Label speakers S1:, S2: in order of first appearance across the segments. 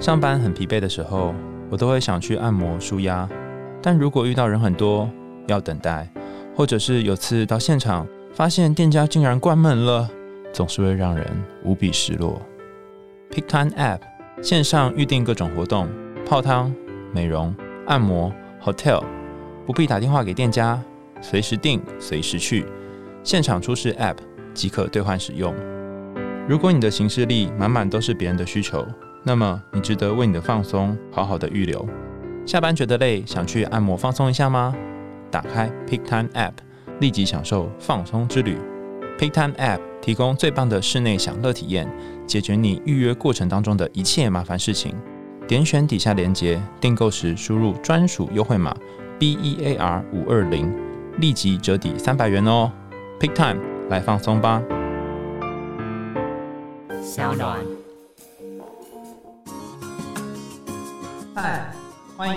S1: 上班很疲惫的时候，我都会想去按摩舒压，但如果遇到人很多，要等待，或者是有次到现场发现店家竟然关门了，总是会让人无比失落。Pick Time App 线上预定各种活动，泡汤、美容、按摩、hotel，不必打电话给店家，随时订，随时去，现场出示 App 即可兑换使用。如果你的行事历满满都是别人的需求，那么你值得为你的放松好好的预留。下班觉得累，想去按摩放松一下吗？打开 Pick Time App，立即享受放松之旅。Pick Time App 提供最棒的室内享乐体验，解决你预约过程当中的一切麻烦事情。点选底下链接，订购时输入专属优惠码 B E A R 五二零，立即折抵三百元哦。Pick Time 来放松吧。
S2: Sound on.
S1: 嗨，欢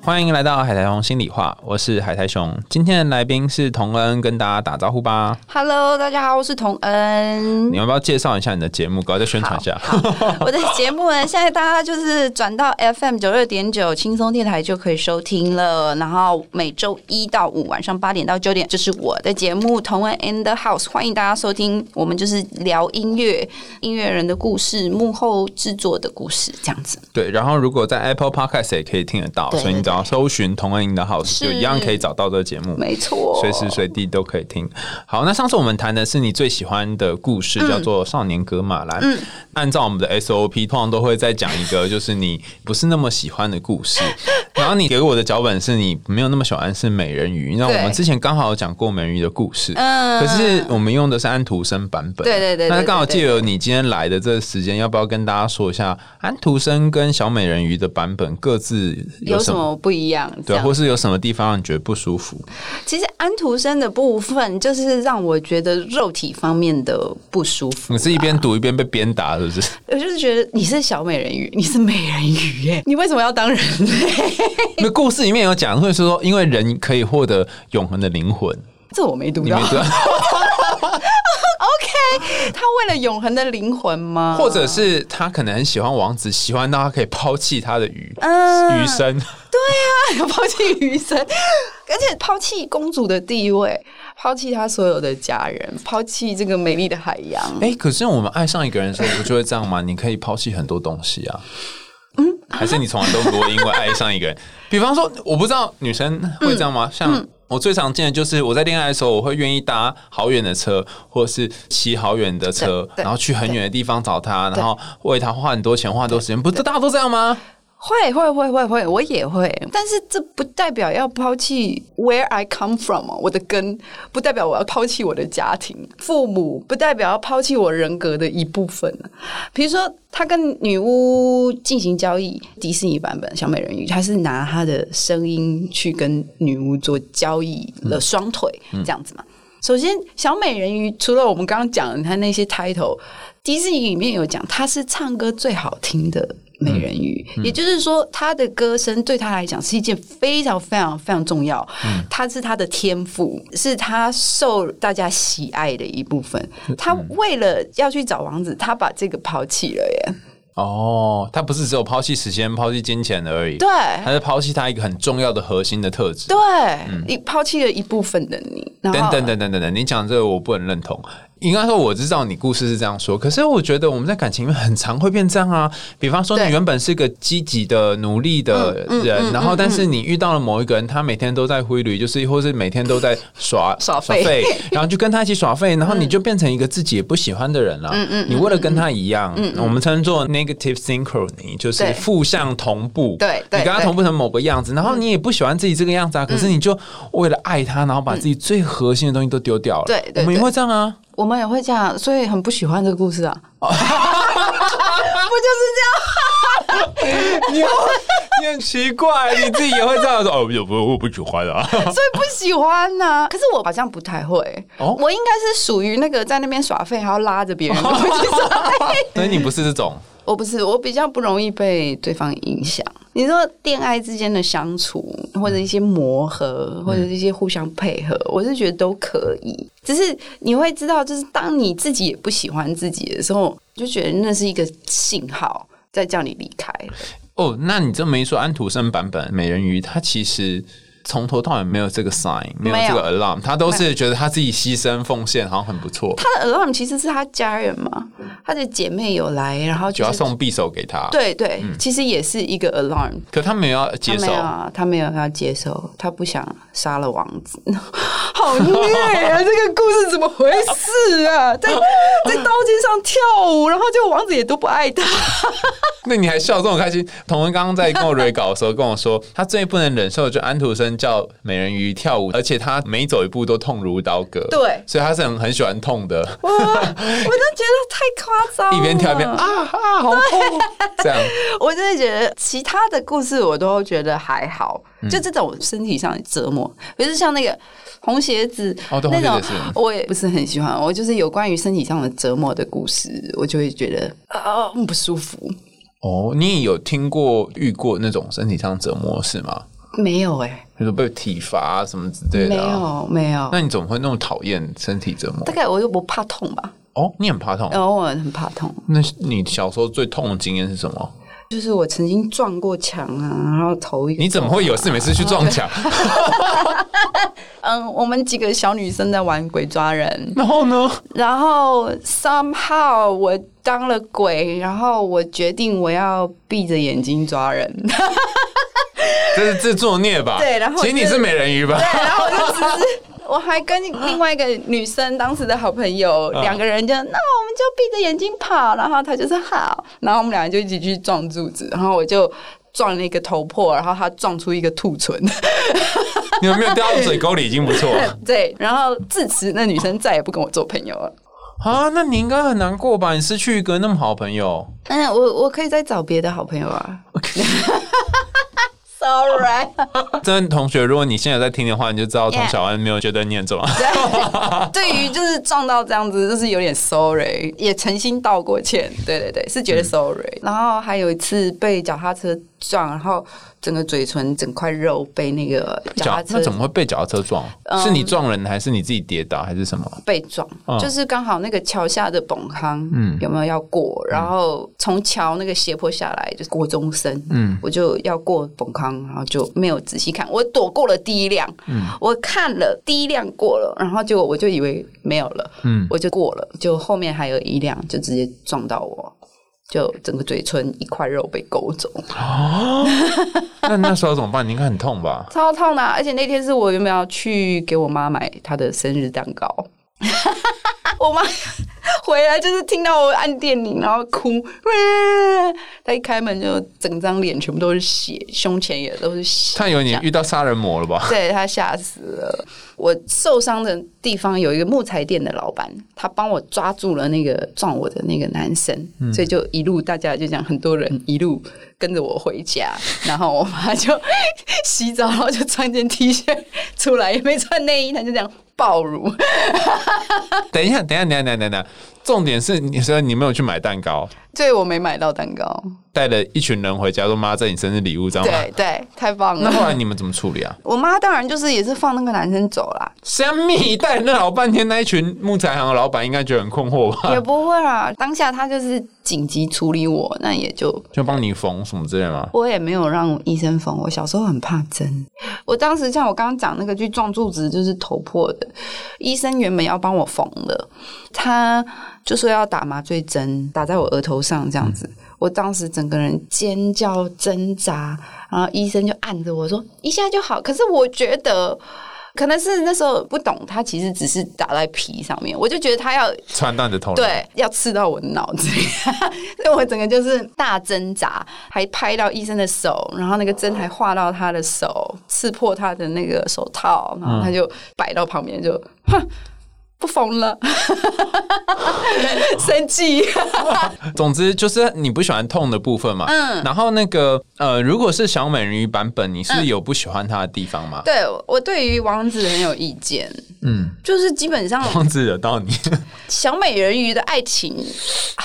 S1: 欢迎来到海苔熊心里话，我是海苔熊。今天的来宾是童恩，跟大家打招呼吧。
S2: Hello，大家好，我是童 恩嗯
S1: 你。要不要介绍一下你的节目？赶快再宣传一下。
S2: 我的节目呢，现在大家就是转到 FM 九六点九轻松电台就可以收听了。然后每周一到五晚上八点到九点，就是我的节目《同恩 and the House》，欢迎大家收听。我们就是聊音乐、音乐人的故事、幕后制作的故事，这样子。
S1: 对，然后如果在 Apple Podcast 也可以听得到，
S2: 对
S1: 所以你
S2: 对
S1: 只要搜寻童恩赢的 House，
S2: 是
S1: 就一样可以找到这个节目。
S2: 没错，
S1: 随时随地都可以听。好，那上次我们谈的是你最喜欢的故事，
S2: 嗯
S1: 叫做《少年格马兰》。按照我们的 SOP，通常都会再讲一个，就是你不是那么喜欢的故 事。然后你给我的脚本是你没有那么喜欢是美人鱼，那我们
S2: 对
S1: 之前刚好有讲过美人鱼的故事，
S2: 嗯
S1: 可是我们用的是安徒生版本。
S2: 对对对对
S1: 那刚好
S2: 对对
S1: 借由你今天来的这个时间，要不要跟大家说一下安徒生跟小美人鱼的版本各自有
S2: 有
S1: 什
S2: 什
S1: 么？
S2: 么不一样？这
S1: 对，啊
S2: 样
S1: 或是有什么地方让你觉得不舒服？
S2: 其实安徒生的部分，就是让我觉得肉体方面的不舒服。
S1: 你是一边读一边被鞭打，是不是？
S2: 我就是觉得你是小美人鱼，你是美人鱼耶，你为什么要当人类？
S1: 那故事里面有讲，或者说因为人可以获得永恒的灵魂，
S2: 这我没读
S1: 你
S2: 到
S1: 们。知道，
S2: OK，他为了永恒的灵魂吗？
S1: 或者是他可能很喜欢王子，喜欢到他可以抛弃他的鱼，
S2: 嗯
S1: 鱼身。
S2: 他啊抛弃余生，而且抛弃公主的地位，抛弃她所有的家人，抛弃这个美丽的海洋。
S1: 哎、可是我们爱上一个人的时候，不就会这样吗？你可以抛弃很多东西啊。
S2: 嗯
S1: 还是你从来都不会因为爱上一个 人？比方说，我不知道女生会这样吗？
S2: 嗯
S1: 像我最常见的就是我在恋爱的时候，我会愿意搭好远的车，或者是骑好远的车，
S2: 对对
S1: 然后去很远的地方找他，
S2: 对
S1: 然后为他花很多钱，花很多时间。不是大家都这样吗？
S2: 会会会会会，我也会，但是这不代表要抛弃 where I come from，哦我的根，不代表我要抛弃我的家庭、父母，不代表要抛弃我人格的一部分啊。比如说，他跟女巫进行交易，迪士尼版本小美人鱼，他是拿他的声音去跟女巫做交易了双腿、这样子嘛。首先，小美人鱼除了我们刚刚讲的她那些 title，迪士尼里面有讲她是唱歌最好听的美人鱼，
S1: 嗯
S2: 也就是说，她的歌声对她来讲是一件非常非常非常重要，
S1: 嗯
S2: 她是她的天赋，是她受大家喜爱的一部分。
S1: 嗯
S2: 她为了要去找王子，她把这个抛弃了
S1: 嗯
S2: 耶，
S1: 哦，他不是只有抛弃时间、抛弃金钱而已，
S2: 对。
S1: 他是抛弃他一个很重要的核心的特质
S2: 对。，你抛弃了一部分的你，然
S1: 嗯
S2: 后
S1: 等等等等等等，你讲这个我不能认同。应该说我知道你故事是这样说，可是我觉得我们在感情里面很常会变这样啊。比方说你
S2: 对嗯
S1: 原本是个积极的、努力的人，然后但是你遇到了某一个人，他每天都在挥旅，就是或是每天都在耍
S2: 耍废嗯
S1: 耍然后就跟他一起耍废，然后你就变成一个自己也不喜欢的人了。你为了跟他一样，我们称作 negative synchrony，就是
S2: 嗯对
S1: 负向同步。
S2: 对对
S1: 你跟他
S2: 对
S1: 同步成某个样
S2: 嗯
S1: 子，然后你也不喜欢自己这个样子啊，可是你就为了爱他，然后把自己最核心的东西都丢掉了。
S2: 对对
S1: 我们也会这样啊。
S2: 我们也会这样，所以很不喜欢这个故 事啊。 不就是
S1: 你好你很奇怪，你自己也会这样说哦，我不我不喜欢 啊。
S2: 这样，所以不喜欢呐、可是我好像不太会，
S1: 哦
S2: 我 应该是属于那个在那边耍废，还要拉着别人跟我一起耍废。
S1: 所以你不是这种，
S2: 我不是，我比较不容易被对方影响。你说恋爱之间的相处，或者一些磨合，或者一些互相配合，我是觉得都可以。只是你会知道，就是当你自己也不喜欢自己的时候，就觉得那是一个信号，在叫你离开。
S1: 哦，那你这么一说，安徒生版本美人鱼，他其实从头到尾没有这个 sign，没有
S2: 没有
S1: 这个 alarm，他都是觉得他自己牺牲奉献好像很不错，
S2: 他的 alarm 其实是他家人嘛，他的姐妹有来，然后
S1: 就
S2: 就
S1: 要
S2: 是
S1: 送匕首给他。，
S2: 对对，其实也是一个 alarm。
S1: 可他没有要嗯接
S2: 他
S1: 受
S2: 没有，啊，他没有要接受，他不想杀了王子， 好 虐啊！这个故事怎么回事啊？在在刀尖上跳舞，然后就王子也都不爱他。
S1: 那你还笑这么开心？童文刚刚在跟我 re 稿的时候跟我说，他最不能忍受的就是安徒生叫美人鱼跳舞，而且他每走一步都痛如刀割。
S2: 对
S1: 所以他是很很喜欢痛的，
S2: 哇，我就觉得太夸张 了，
S1: 一边跳一边啊啊，好痛！这样
S2: 我真的觉得其他的故事我都觉得还好，
S1: 嗯
S2: 就这种身体上的折磨，可是像那个红鞋子、
S1: 哦对
S2: 那
S1: 红
S2: 种
S1: 鞋子是，
S2: 我也不是很喜欢。我就是有关于身体上的折磨的故事，我就会觉得啊、嗯不舒服。
S1: 哦，你有听过遇过那种身体上折磨是吗？
S2: 没有哎、
S1: 比如说被体罚、啊、什么之类
S2: 没
S1: 的、啊。
S2: 有没有，
S1: 那你怎么会那么讨厌身体折磨
S2: 大？概我就不怕痛吧，
S1: 哦，你很怕痛。
S2: 然后我很怕痛，
S1: 那你小时候最痛的经验是什么？
S2: 就是我曾经撞过墙啊，然后头一个
S1: 你怎么会有事没事去撞墙？
S2: 嗯，我们几个小女生在玩鬼抓人，
S1: 然后呢？
S2: 然后 somehow 我当了鬼，然后我决定我要闭着眼睛抓 人，
S1: 这是自作孽吧？
S2: 对然后
S1: 其实你
S2: 就是
S1: 是美人鱼吧？
S2: 对，啊然后我就只是。我还跟另外一个女生，当时的好朋友，
S1: 嗯
S2: 两个人就那我们就闭着眼睛跑，然后她就是好，然后我们俩就一起去撞柱子，然后我就撞了一个头破，然后她撞出一个兔 唇，
S1: 你们没有掉到水沟里已经不 错了
S2: 对，然后自此那女生再也不跟我做朋友了。
S1: 啊！那你应该很难过吧？你失去一个那么好的朋 友，
S2: 嗯，我我可以再找别的好朋友啊。Sorry，
S1: 真的同学，如果你现在有在听的话，你就知道童小安没有觉得你很重要。
S2: 对于就是撞到这样子，就是有点 sorry，也诚心道过歉。对对对，是
S1: 嗯
S2: 觉得 sorry。然后还有一次被脚踏车撞，然后整个嘴唇整块肉被那个脚踏
S1: 脚那
S2: 车嗯
S1: 怎么会被脚踏车撞？是你撞人，还是你自己跌倒，还是什 么？
S2: 被撞，
S1: 嗯
S2: 就是刚好那个桥下的崩坑，
S1: 嗯
S2: 有没有要过？然后从桥那个斜坡下来，就是国中生，嗯，我就要过崩坑，然后就没有仔细看，我躲过了第一辆，嗯，我看了第一辆过了，然后结果我就以为没有了，
S1: 嗯
S2: 嗯，我就过了，就后面还有一辆就直接撞到我。就整个嘴唇一块肉被勾走，
S1: 那那时候怎么办？你应该很痛吧？
S2: 超痛的啊、而且那天是我原本要去给我妈买她的生日蛋糕， 我妈回来就是听到我按电铃，然后哭，哇她一开门就整张脸全部都是血，胸前也都是血。
S1: 他以为你遇到杀人魔了吧？
S2: 对她吓死了。我受伤的地方有一个木材店的老板，他帮我抓住了那个撞我的那个男生，
S1: 嗯
S2: 所以就一路大家就这样，很多人一路跟着我回家，然后我妈就 洗澡，然后就穿件 T 恤出来，也没穿内衣，她就这样暴乳。
S1: 等一下，等一下，等一下，等一下，等一下。重点是你说你没有去买蛋糕，
S2: 对我没买到蛋糕，
S1: 带了一群人回家说：“妈，这你生日礼物，知道吗
S2: 对对，太棒？”
S1: 那后
S2: 了。
S1: 来你们怎么处理啊？
S2: 我妈当然就是也是放那个男生走啦，
S1: 虾米带那老半天，那一群木材行的老板应该觉得很困惑
S2: 也
S1: 吧？
S2: 不会啦。当下她就是紧急处理我，那也就
S1: 就帮你缝什么之类吗？
S2: 我也没有让医生缝。我小时候很怕针，我当时像我刚刚讲那个去撞柱子就是头破的，医生原本要帮我缝的，他就说要打麻醉针，打在我额头上这样子。我当时整个人尖叫挣扎，然后医生就按着我说一下就好。可是我觉得。可能是那时候不懂，他其实只是打在皮上面，我就觉得他要
S1: 穿到你的头里，
S2: 对，要刺到我的脑子 里，所以我整个就是大挣扎，还拍到医生的手，然后那个针还划到他的手，刺破他的那个手套，然后他就摆到旁边就，哼，不缝了， 生气。
S1: 总之就是你不喜欢痛的部分嘛。嗯。然后那个呃，如果是小美人鱼版本，你
S2: 嗯
S1: 是有不喜欢它的地方吗？
S2: 对我对于王子很有意见，
S1: 嗯，
S2: 就是基本上
S1: 忘记惹到你，
S2: 小美人鱼的爱情啊，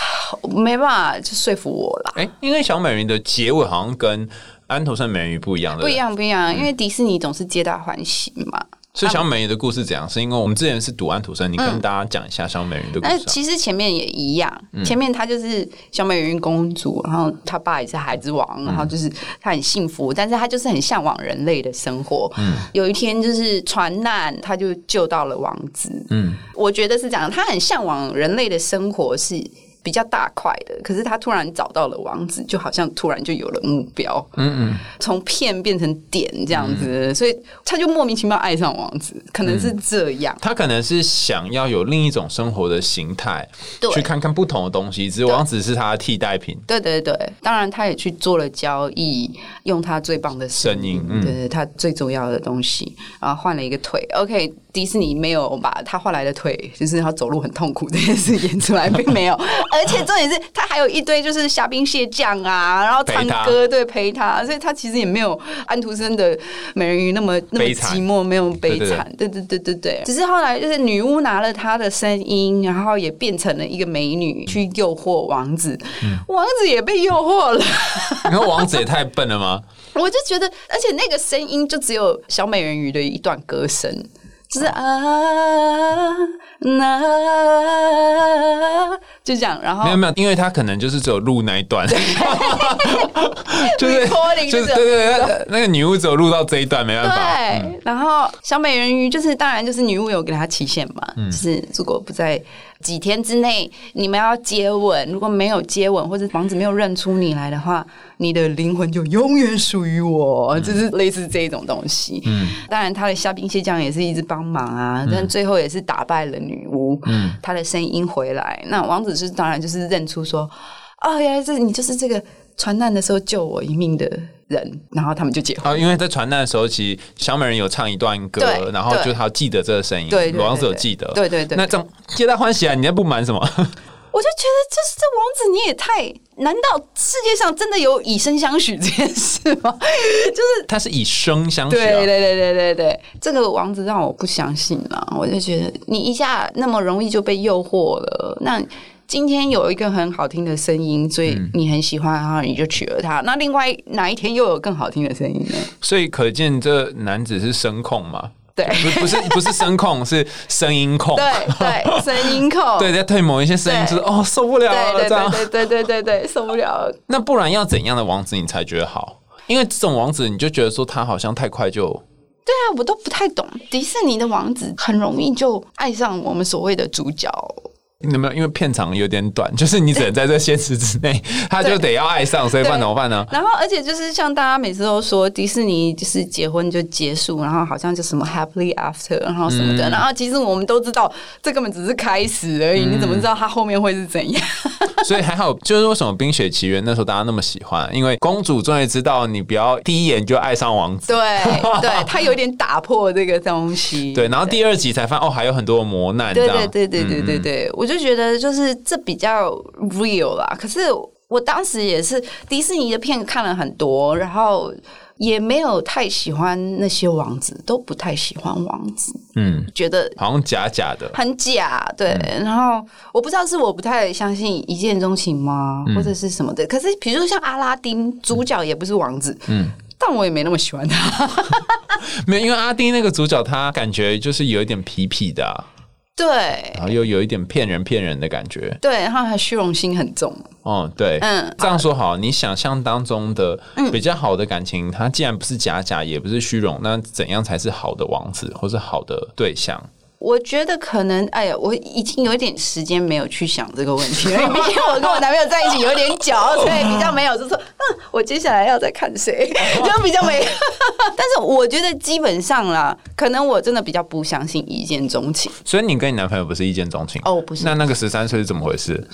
S2: 没办法就说服我啦。
S1: 哎，因为小美人鱼的结尾好像跟安徒生美人鱼不一样的，
S2: 不一。样，不一样，因为迪士尼总是皆大欢喜嘛。
S1: 所以小美人鱼的故事怎样？是因为我们之前是读安徒生，你
S2: 嗯
S1: 跟大家讲一下小美人鱼的故
S2: 那
S1: 事啊。嗯
S2: 其实前面也一样，前面她就是小美人鱼公主，然后她爸也是海之
S1: 嗯
S2: 王，然后就是她很幸福，但是她就是很向往人类的生活。
S1: 嗯
S2: 有一天就是船难，她就救到了王子。
S1: 嗯
S2: 我觉得是这样，她很向往人类的生活是。比较大块的，可是她突然找到了王子，就好像突然就有了目标，
S1: 嗯
S2: 从片变成点这样子，所以她就莫名其妙爱上王子，可能是这样
S1: 嗯，。他可能是想要有另一种生活的形态，
S2: 对，
S1: 去看看不同的东西。只是王子是他的替代 品。
S2: 对对对，当然他也去做了交易，用他最棒的声音，
S1: 声音嗯
S2: 对对，他最重要的东西，然后换了一个腿。OK，迪士尼没有把他换来的腿，就是他走路很痛苦这件事演出来，并没有。而且重点是他还有一堆就是虾兵蟹将啊，然后唱
S1: 陪他
S2: 歌对陪他，所以他其实也没有安徒生的美人鱼那么那么
S1: 悲惨
S2: 寂寞，没有
S1: 对
S2: 悲
S1: 对对
S2: 惨。对对对对对，只是后来就是女巫拿了她的声音，然后也变成了一个美女去诱惑王子，王子也被诱惑了。
S1: 你 看王子也太笨了吗？
S2: 我就觉得，而且那个声音就只有小美人鱼的一段歌声，就是啊那就这样，然后
S1: 没有没有，因为他可能就是只有录那一 段，就是
S2: Recording
S1: 就是
S2: 就是
S1: 对对对，那个女巫只有录到这一段，没办法。嗯
S2: 对，然后小美人鱼就是，当然就是女巫有给她期限嘛，
S1: 嗯
S2: 就是如果不在几天之内你们要接吻，如果没有接吻或者王子没有认出你来的话，你的灵魂就永远属于
S1: 嗯
S2: 我，就是类似这种东西。嗯，当然他的虾兵蟹将也是一直帮忙啊，但最后也是打败了女巫。嗯，他的声音回来，那王子是当然就是认出说，哦，原来这你就是这个船难的时候救我一命的人，然后他们就结婚。
S1: 啊，因为在传难的时候，其实小美人有唱一段歌，
S2: 对
S1: 然后
S2: 对
S1: 就她记得这个声音，
S2: 对对对
S1: 王子有
S2: 对
S1: 记得，
S2: 对对对
S1: 那这样皆大欢喜啊！你在不满什么？
S2: 我就觉得，这是这王子你也太……难道世界上真的有以身相许这件事 吗？
S1: 啊
S2: 就是
S1: 他是以声相许、啊，
S2: 对对对对对对，这个王子让我不相信了。我就觉得你一下那么容易就被诱惑了，那。今天有一个很好听的声音，所
S1: 嗯
S2: 以你很喜欢，然后你就娶了她。那另外哪一天又有更好听的声音呢？
S1: 所以可见这男子是声控嘛？
S2: 对
S1: 不不是不是声控，是声音控。
S2: 对对，声音控，
S1: 对，在对某一些声音，就
S2: 对
S1: 是哦受不了了
S2: 对对
S1: 这样。
S2: 对对对对对，受不了了。
S1: 那不然要怎样的王子你才觉得好？因为这种王子，你就觉得说他好像太快就
S2: 对啊，我都不太懂，迪士尼的王子很容易就爱上我们所谓的主角。
S1: 有没有？因为片长有点短， 就是你只能在这现实之 内，他就得要爱上，所以
S2: 对
S1: 办怎么办呢？
S2: 然后，而且就是像大家每次都说，迪士尼就是结婚就结束，然后好像就什么 happily after，然后什么的。然后其实我们都知道，这根本只是开始而已。你怎么知道它后面会是怎样？
S1: 所以还好，就是为什么《冰雪奇缘》那时候大家那么喜欢，因为公主终于知道你不要第一眼就爱上王子。
S2: 对对，它有点打破这个东 西。
S1: 对，然后第二集才发现哦，还有很多的磨难。
S2: 对
S1: 这
S2: 对
S1: 样
S2: 对对对
S1: 嗯
S2: 对对，我就觉得就是这比较 real 啦。可是我当时也是迪士尼的片看了很多，然后也没有太喜欢那些王子，都不太喜欢王子，
S1: 嗯，
S2: 觉得
S1: 好像假假的。
S2: 很假。对，然后我不知道是我不太相信一见钟情吗，或者是什么的。可是比如说像阿拉丁，主角也不是王子，嗯。但我也没那么喜欢他，
S1: 没有，因为阿丁那个主角他感觉就是有一点痞痞的啊、
S2: 对
S1: 然后又有一点骗人骗人的感觉。
S2: 对，然后还虚荣心很重，
S1: 哦，对，
S2: 嗯
S1: 这样说好，你想象当中的比较好的感情，它既然不是假假，也不是虚荣，那怎样才是好的王子或是好的对象？
S2: 我觉得可能，哎呀，我已经有一点时间没有去想这个问题了，因为毕竟我跟我男朋友在一起有点久，所以比较没有，就说，嗯，我接下来要再看谁，就比较没。 但是我觉得基本上啦，可能我真的比较不相信一见钟情，
S1: 所以你跟你男朋友不是一见钟情
S2: 哦不是
S1: 那那个十三岁是怎么回事？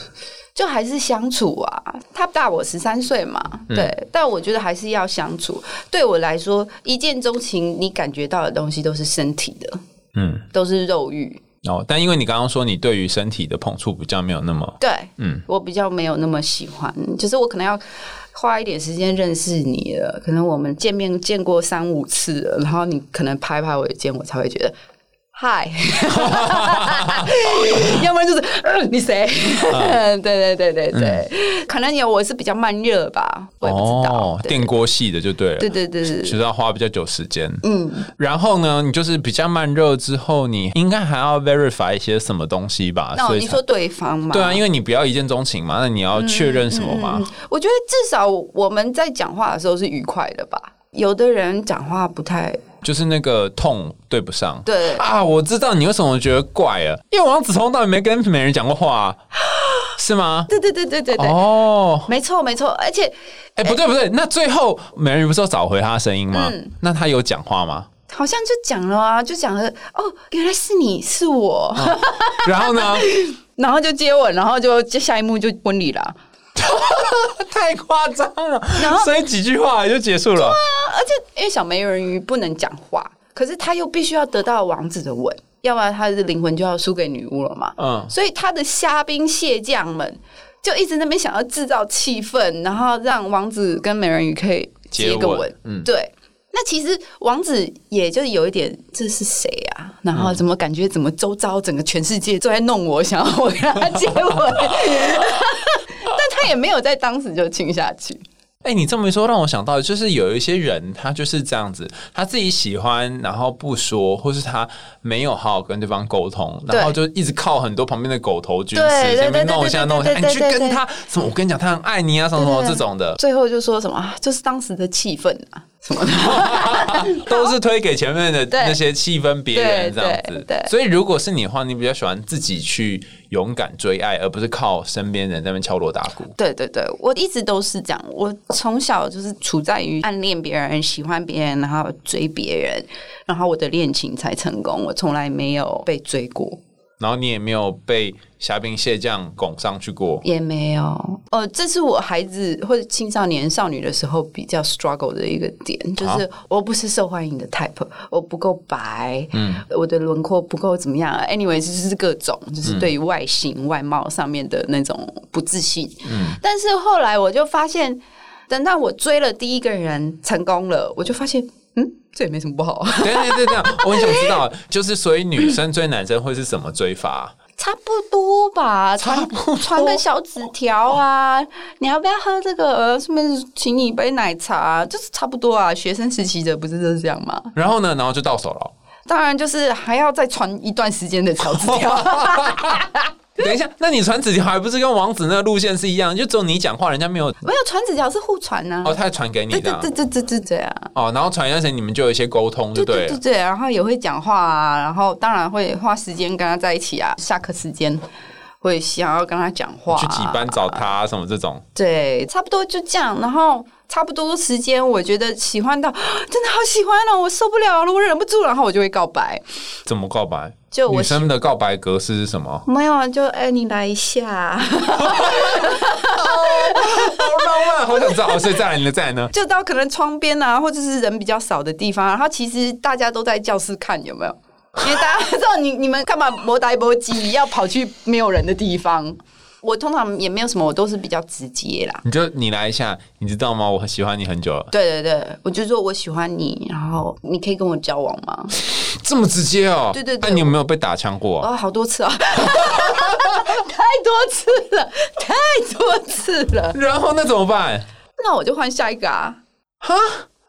S2: 就还是相处啊。他大我十三岁嘛，对，但我觉得还是要相处。对我来说，一见钟情，你感觉到的东西都是身体的，
S1: 嗯，
S2: 都是肉欲，
S1: 哦，但因为你刚刚说你对于身体的碰触比较没有那么，
S2: 对，
S1: 嗯
S2: 嗯，我比较没有那么喜欢，就是我可能要花一点时间认识你了，可能我们见面见过三五次了，然后你可能拍拍我的肩，我才会觉得 嗨， 要不然就是、呃你谁？
S1: 啊
S2: 对对对对对，可能有我是比较慢热吧，我也不知道。
S1: 嗯哦，
S2: 对
S1: 电锅系的就对了，
S2: 对对对对
S1: 就
S2: 对
S1: 是要花比较久时间。嗯，然后呢，你就是比较慢热之后，你应该还要 verify 一些什么东西吧？
S2: 那
S1: 啊所以
S2: 你
S1: 才
S2: 说对方嘛？嗯
S1: 对啊，因为你不要一见钟情嘛，那你要确认什么嘛？
S2: 我觉得至少我们在讲话的时候是愉快的吧。有的人讲话不太
S1: 就是那个痛对不上。
S2: 对，
S1: 啊，我知道你为什么觉得怪了，因为王子聪到底没跟美人讲过话、 啊，是吗？
S2: 对对对对对对，
S1: 哦，
S2: 没错没错，而且
S1: 哎、不对不对，那最后美人鱼不是要找回他的声音吗？
S2: 嗯
S1: 那他有讲话吗？
S2: 好像就讲了啊，就讲了哦，原来是你是我，
S1: 然后呢？
S2: 然后就接吻，然后就接下一幕就婚礼啦。
S1: 太夸张了
S2: 然，后
S1: 所以几句话就结束了。
S2: 而且因为小美人鱼不能讲话，可是她又必须要得到王子的吻，要不然她的灵魂就要输给女巫了嘛。
S1: 嗯
S2: 所以她的虾兵蟹将们就一直那边想要制造气氛，然后让王子跟美人鱼可以接个
S1: 接吻嗯
S2: 对。那其实王子也就有一点，这是谁啊？然后怎么感觉怎么周遭整个全世界都在弄我，想要我跟他接吻， 但他也没有在当时就亲下去。
S1: 哎、你这么一说，让我想到，就是有一些人，他就是这样子，他自己喜欢，然后不说，或是他没有好好跟对方沟通，
S2: 对
S1: 然后就一直靠很多旁边的狗头军
S2: 对
S1: 师，
S2: 对
S1: 这边弄一下
S2: 对对
S1: 弄一下，哎
S2: 对
S1: 你
S2: 对
S1: 去
S2: 对
S1: 跟
S2: 对
S1: 他什么？我跟你讲，他很爱你啊，什么什么
S2: 对对
S1: 这
S2: 对
S1: 种的，
S2: 最后就说什么，啊就是当时的气氛啊，什么的。
S1: 都是推给前面的
S2: 对
S1: 那些气氛别人
S2: 对
S1: 这样子
S2: 对。对
S1: 所以如果是你的话，你比较喜欢自己去勇敢追爱，而不是靠身边人在那边敲锣打鼓。
S2: 对对对，我一直都是这样。我从小就是处在于暗恋别人、喜欢别人，然后追别人，然后我的恋情才成功。我从来没有被追过，
S1: 然后你也没有被虾兵蟹将拱上去过。
S2: 也没有。呃，这是我孩子或者青少年少女的时候比较 struggle 的一个点，就是我不是受欢迎的 type，我不够白，嗯，我的轮廓不够怎么样。Anyway，就是各种，就是对于外形、外貌上面的那种不自信。嗯，但是后来我就发现。等到我追了第一个人成功了，我就发现，嗯，这也没什么不好，啊，
S1: 对对对，这样我很想知道，就是所以女生追男生会是什么追法？
S2: 差不多吧，
S1: 差
S2: 传
S1: 不多
S2: 传个小纸条啊，你要不要喝这个？呃顺便请你一杯奶茶啊、就是差不多啊。学生时期的不是就是这样吗？
S1: 然后呢，然后就到手了。
S2: 当然就是还要再传一段时间的小纸条，
S1: 等一下，那你传纸条还不是跟王子那个路线是一样？就只有你讲话，人家没有。
S2: 没有传纸条是互传呐、
S1: 哦，
S2: 啊。
S1: 他还传给你
S2: 对
S1: 的
S2: 对
S1: 啊
S2: 嗯对对对对对啊！
S1: 哦，然后传一段时间，你们就有一些沟通，对
S2: 对
S1: 不对
S2: 对
S1: 了？
S2: 对对，然后也会讲话啊，然后当然会花时间跟他在一起啊，下课时间会想要跟他讲话、啊，
S1: 去几班找他啊什么这种，
S2: 对，差不多就这样。然后差不多时间，我觉得喜欢到 真的好喜欢哦，我受不了了，我忍不住了，然后我就会告白。
S1: 怎么告白？
S2: 就
S1: 女
S2: 我喜
S1: 生的告白格式是什么？
S2: 没有啊，就哎、你来一下，
S1: 好浪漫，好想知道。哦所以再来呢，再来呢？
S2: 就到可能窗边啊，或者是人比较少的地方。然后其实大家都在教室看有没有。因为大家知道你你们干嘛磨呆磨鸡，要跑去没有人的地方。我通常也没有什么，我都是比较直接啦。
S1: 你就你来一下，你知道吗？我喜欢你很久了，
S2: 对对对，我就说我喜欢你，然后你可以跟我交往吗？
S1: 这么直接哦。
S2: 对对对
S1: 那你有没有被打枪过啊？
S2: 哦，好多次啊， 太多次了，太多次了。
S1: 然后那怎么办？
S2: 那我就换下一个啊。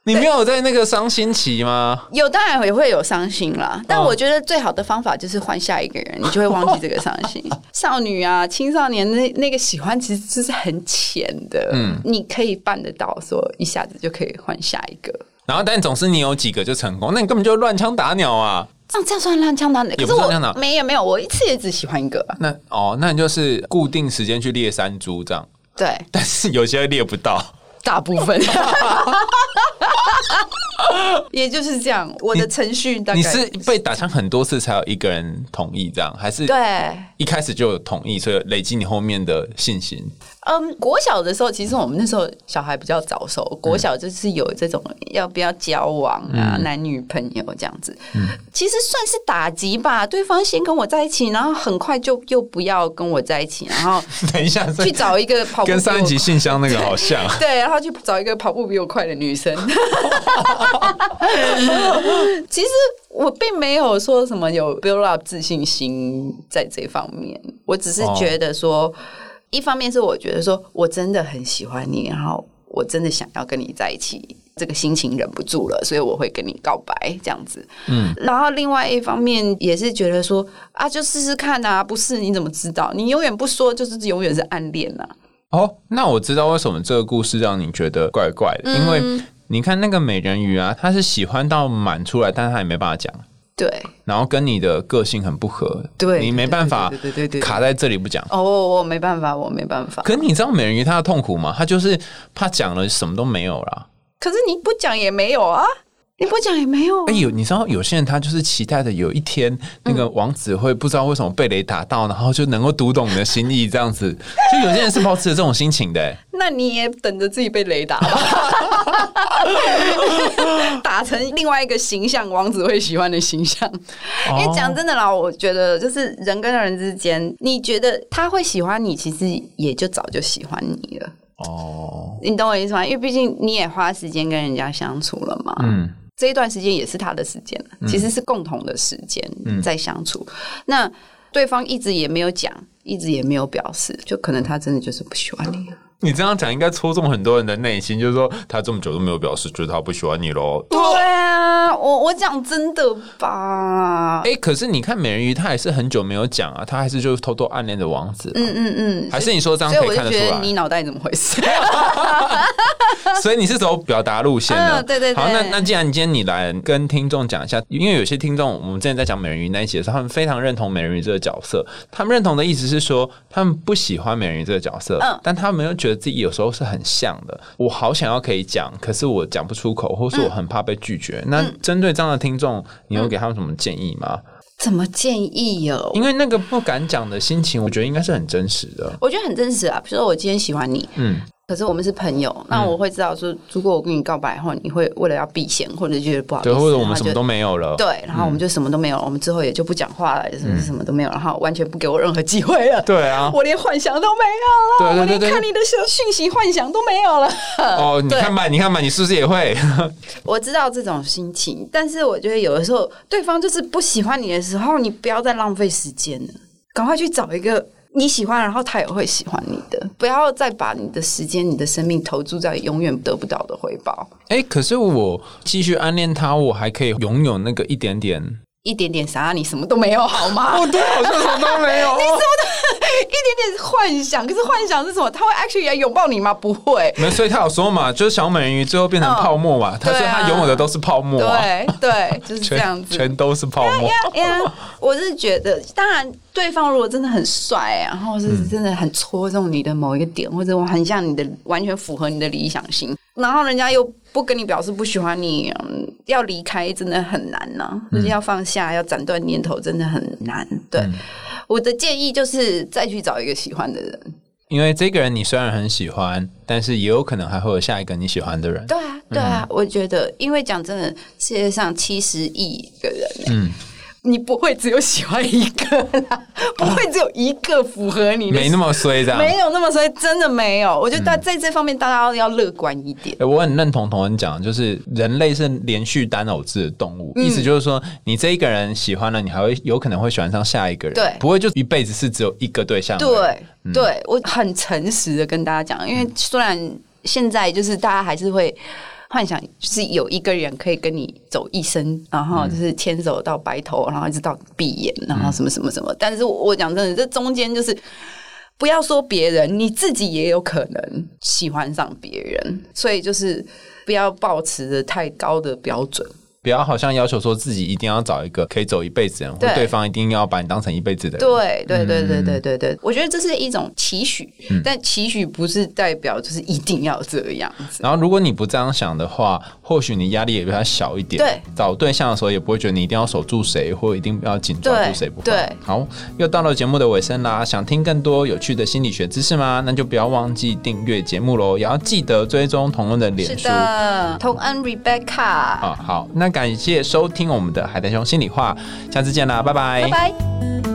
S1: 你没有在那个伤心期吗？
S2: 有当然也会有伤心啦，但我觉得最好的方法就是换下一个人，你就会忘记这个伤 心。少女啊，青少年那那个喜欢其实就是很浅的，嗯，你可以办得到，说一下子就可以换下一个。
S1: 然后，但总是你有几个就成功，那你根本就乱枪打鸟啊！
S2: 这样这样算烂枪打的，
S1: 也
S2: 可
S1: 不
S2: 是
S1: 算烂
S2: 我
S1: 啊
S2: 没有没有，我一次也只喜欢一个啊。
S1: 那哦，那你就是固定时间去猎山猪这样，
S2: 对，
S1: 但是有些猎不到。
S2: 大部分，也就是这样。我的程序大概
S1: 你是被打枪很多次才有一个人同意这样，还是
S2: 对，
S1: 一开始就有同意，所以累积你后面的信心？
S2: 嗯，国小的时候，其实我们那时候小孩比较早熟，国小就是有这种要不要交往啊，男女朋友这样子，其实算是打击吧。对方先跟我在一起，然后很快就又不要跟我在一起，然后
S1: 等一下，所
S2: 去
S1: 以
S2: 找一个跑步
S1: 跟
S2: 比我
S1: 上一集信箱那个好像。
S2: 对，然后去找一个跑步比我快的女生。 其实我并没有说什么有 build up 自信心在这方面，我只是觉得说，一方面是我觉得说我真的很喜欢你，然后我真的想要跟你在一起，这个心情忍不住了，所以我会跟你告白这样子。嗯，然后另外一方面也是觉得说啊，就试试看啊，不是你怎么知道？你永远不说，就是永远是暗恋啊呐、
S1: 哦，那我知道为什么这个故事让你觉得怪怪的，因
S2: 嗯
S1: 为你看那个美人鱼啊，她是喜欢到满出来，但是她也没办法讲，
S2: 对，
S1: 然后跟你的个性很不合，
S2: 对
S1: 你没办法
S2: 对对对对对对
S1: 卡在这里不讲。
S2: 哦，我我没办法，我没办法。
S1: 可你知道美人鱼她的痛苦吗？她就是怕讲了什么都没有啦。
S2: 可是你不讲也没有啊，你不讲也没有、啊
S1: 哎、。有你知道有些人他就是期待的有一天那个王子会不知道为什么被雷打到，然后就能够读懂你的心意，这样子。 就有些人是保持着这种心情的、哎
S2: 那你也等着自己被雷打吧， 打成另外一个形象，王子会喜欢的形象。因为讲真的啦，我觉得就是人跟人之间，你觉得他会喜欢你，其实也就早就喜欢你了。
S1: 哦，
S2: 你懂我意思吗？因为毕竟你也花时间跟人家相处了嘛，
S1: 嗯，
S2: 这一段时间也是他的时间了，其实是共同的时间
S1: 嗯
S2: 在相处。那对方一直也没有讲，一直也没有表示，就可能他真的就是不喜欢你。
S1: 你这样讲应该戳中很多人的内心，就是说他这么久都没有表示，觉得他不喜欢你喽。
S2: 对啊，我我讲真的吧，
S1: 哎、可是你看美人鱼，她也是很久没有讲啊，她还是就是偷偷暗恋着王子。嗯嗯嗯，还是你说这样
S2: 所以
S1: 可
S2: 我
S1: 以
S2: 就
S1: 看得出
S2: 觉得
S1: 来
S2: 你。脑袋怎么回事？
S1: 所以你是走表达路线的，
S2: 嗯对对对
S1: 好，那那既然今天你来跟听众讲一下，因为有些听众我们之前在讲美人鱼那一集的时候，他们非常认同美人鱼这个角色，他们认同的意思是说，他们不喜欢美人鱼这个角色，
S2: 嗯
S1: 但他们又觉得自己有时候是很像的。我好想要可以讲，可是我讲不出口，或是
S2: 嗯
S1: 我很怕被拒绝。那针对这样的听众，你有给他们什么建议吗？
S2: 怎么建议哦？
S1: 因为那个不敢讲的心情，我觉得应该是很真实的。
S2: 我觉得很真实啊，比如说我今天喜欢你，
S1: 嗯，
S2: 可是我们是朋友，那我会知道说，如果我跟你告白后，你会为了要避嫌或者觉得不好意思，
S1: 对，或者我
S2: 然后
S1: 们什么
S2: 哦就
S1: 都没有了。
S2: 对，然后我们就什么都没有，我们之后也就不讲话了，也是什么都没有，然后完全不给我任何机会了。
S1: 对啊，
S2: 我连幻想都没有了，
S1: 对对对
S2: 我连
S1: 对
S2: 看你的讯讯息幻想都没有了。
S1: 哦，你
S2: 对
S1: 看吧，你看吧，你是不是也会？
S2: 我知道这种心情，但是我觉得有的时候对方就是不喜欢你的时候，你不要再浪费时间了，赶快去找一个你喜欢，然后他也会喜欢你的，不要再把你的时间、你的生命投注在永远得不到的回报，
S1: 哎、可是我继续暗恋他，我还可以拥有那个一点点。
S2: 一点点啥，你什么都 没有好吗？
S1: 哦，对，好像什么都 没有。
S2: 一点点幻想，可是幻想是什么？他会 actually 来拥抱你吗？不会。
S1: 没有，所以他有说嘛，就是小美人鱼最后变成泡沫嘛，他、
S2: 对啊
S1: 所以他拥有的都是泡沫啊，
S2: 对对，就是这样
S1: 全
S2: 子。
S1: 全都是泡沫。
S2: 哎呀，我是觉得，当然，对方如果真的很帅，啊然后是真的很戳中你的某一个点，或者我很像你的，完全符合你的理想型，然后人家又不跟你表示不喜欢你，嗯、要离开真的很难呢、就是要放下，要斩断念头，真的很难。对，我的建议就是再去找一个喜欢的人。
S1: 因为这个人你虽然很喜欢，但是也有可能还会有下一个你喜欢的人。
S2: 对啊，对
S1: 嗯
S2: 啊，我觉得，因为讲真的，世界上七十亿个人、欸，
S1: 嗯
S2: 你不会只有喜欢一个啦， 不会只有一个符合你的
S1: 没那么啊嗯衰这样。
S2: 没有那么所以真的没有。我觉得大在这方面大家要乐观一点。
S1: 欸我很认同同恩讲的，就是人类是连续单偶制的动
S2: 嗯
S1: 物，意思就是说，你这一个人喜欢了，你还会有可能会喜欢上下一个人，
S2: 对
S1: 不会就一辈子是只有一个对象。，
S2: 对、对，我很诚实的跟大家讲，因为虽然现在就是大家还是会。幻想就是有一个人可以跟你走一生，然后就是牵手到白头，然后一直到闭眼，然后什么什么什么。但是我我讲真的，这中间就是不要说别人，你自己也有可能喜欢上别人，所以就是不要抱持着太高的标准。
S1: 不要好像要求说自己一定要找一个可以走一辈子的人，或
S2: 对
S1: 对方一定要把你当成一辈子的人。
S2: 对对对对对对对，我觉得这是一种期许，但期许不是代表就是一定要这样子。
S1: 然后，如果你不这样想的话，或许你压力也比较小一点。
S2: 对，
S1: 找对象的时候也不会觉得你一定要守住谁，或一定要紧抓住谁，不会。
S2: 对，
S1: 好，又到了节目的尾声啦。想听更多有趣的心理学知识吗？那就不要忘记订阅节目喽，也要记得追踪同论的脸
S2: 是
S1: 书。
S2: 的，同恩 Rebecca，
S1: 啊，好，那感谢收听我们的海苔熊心里话，下次见啦，拜
S2: 拜拜。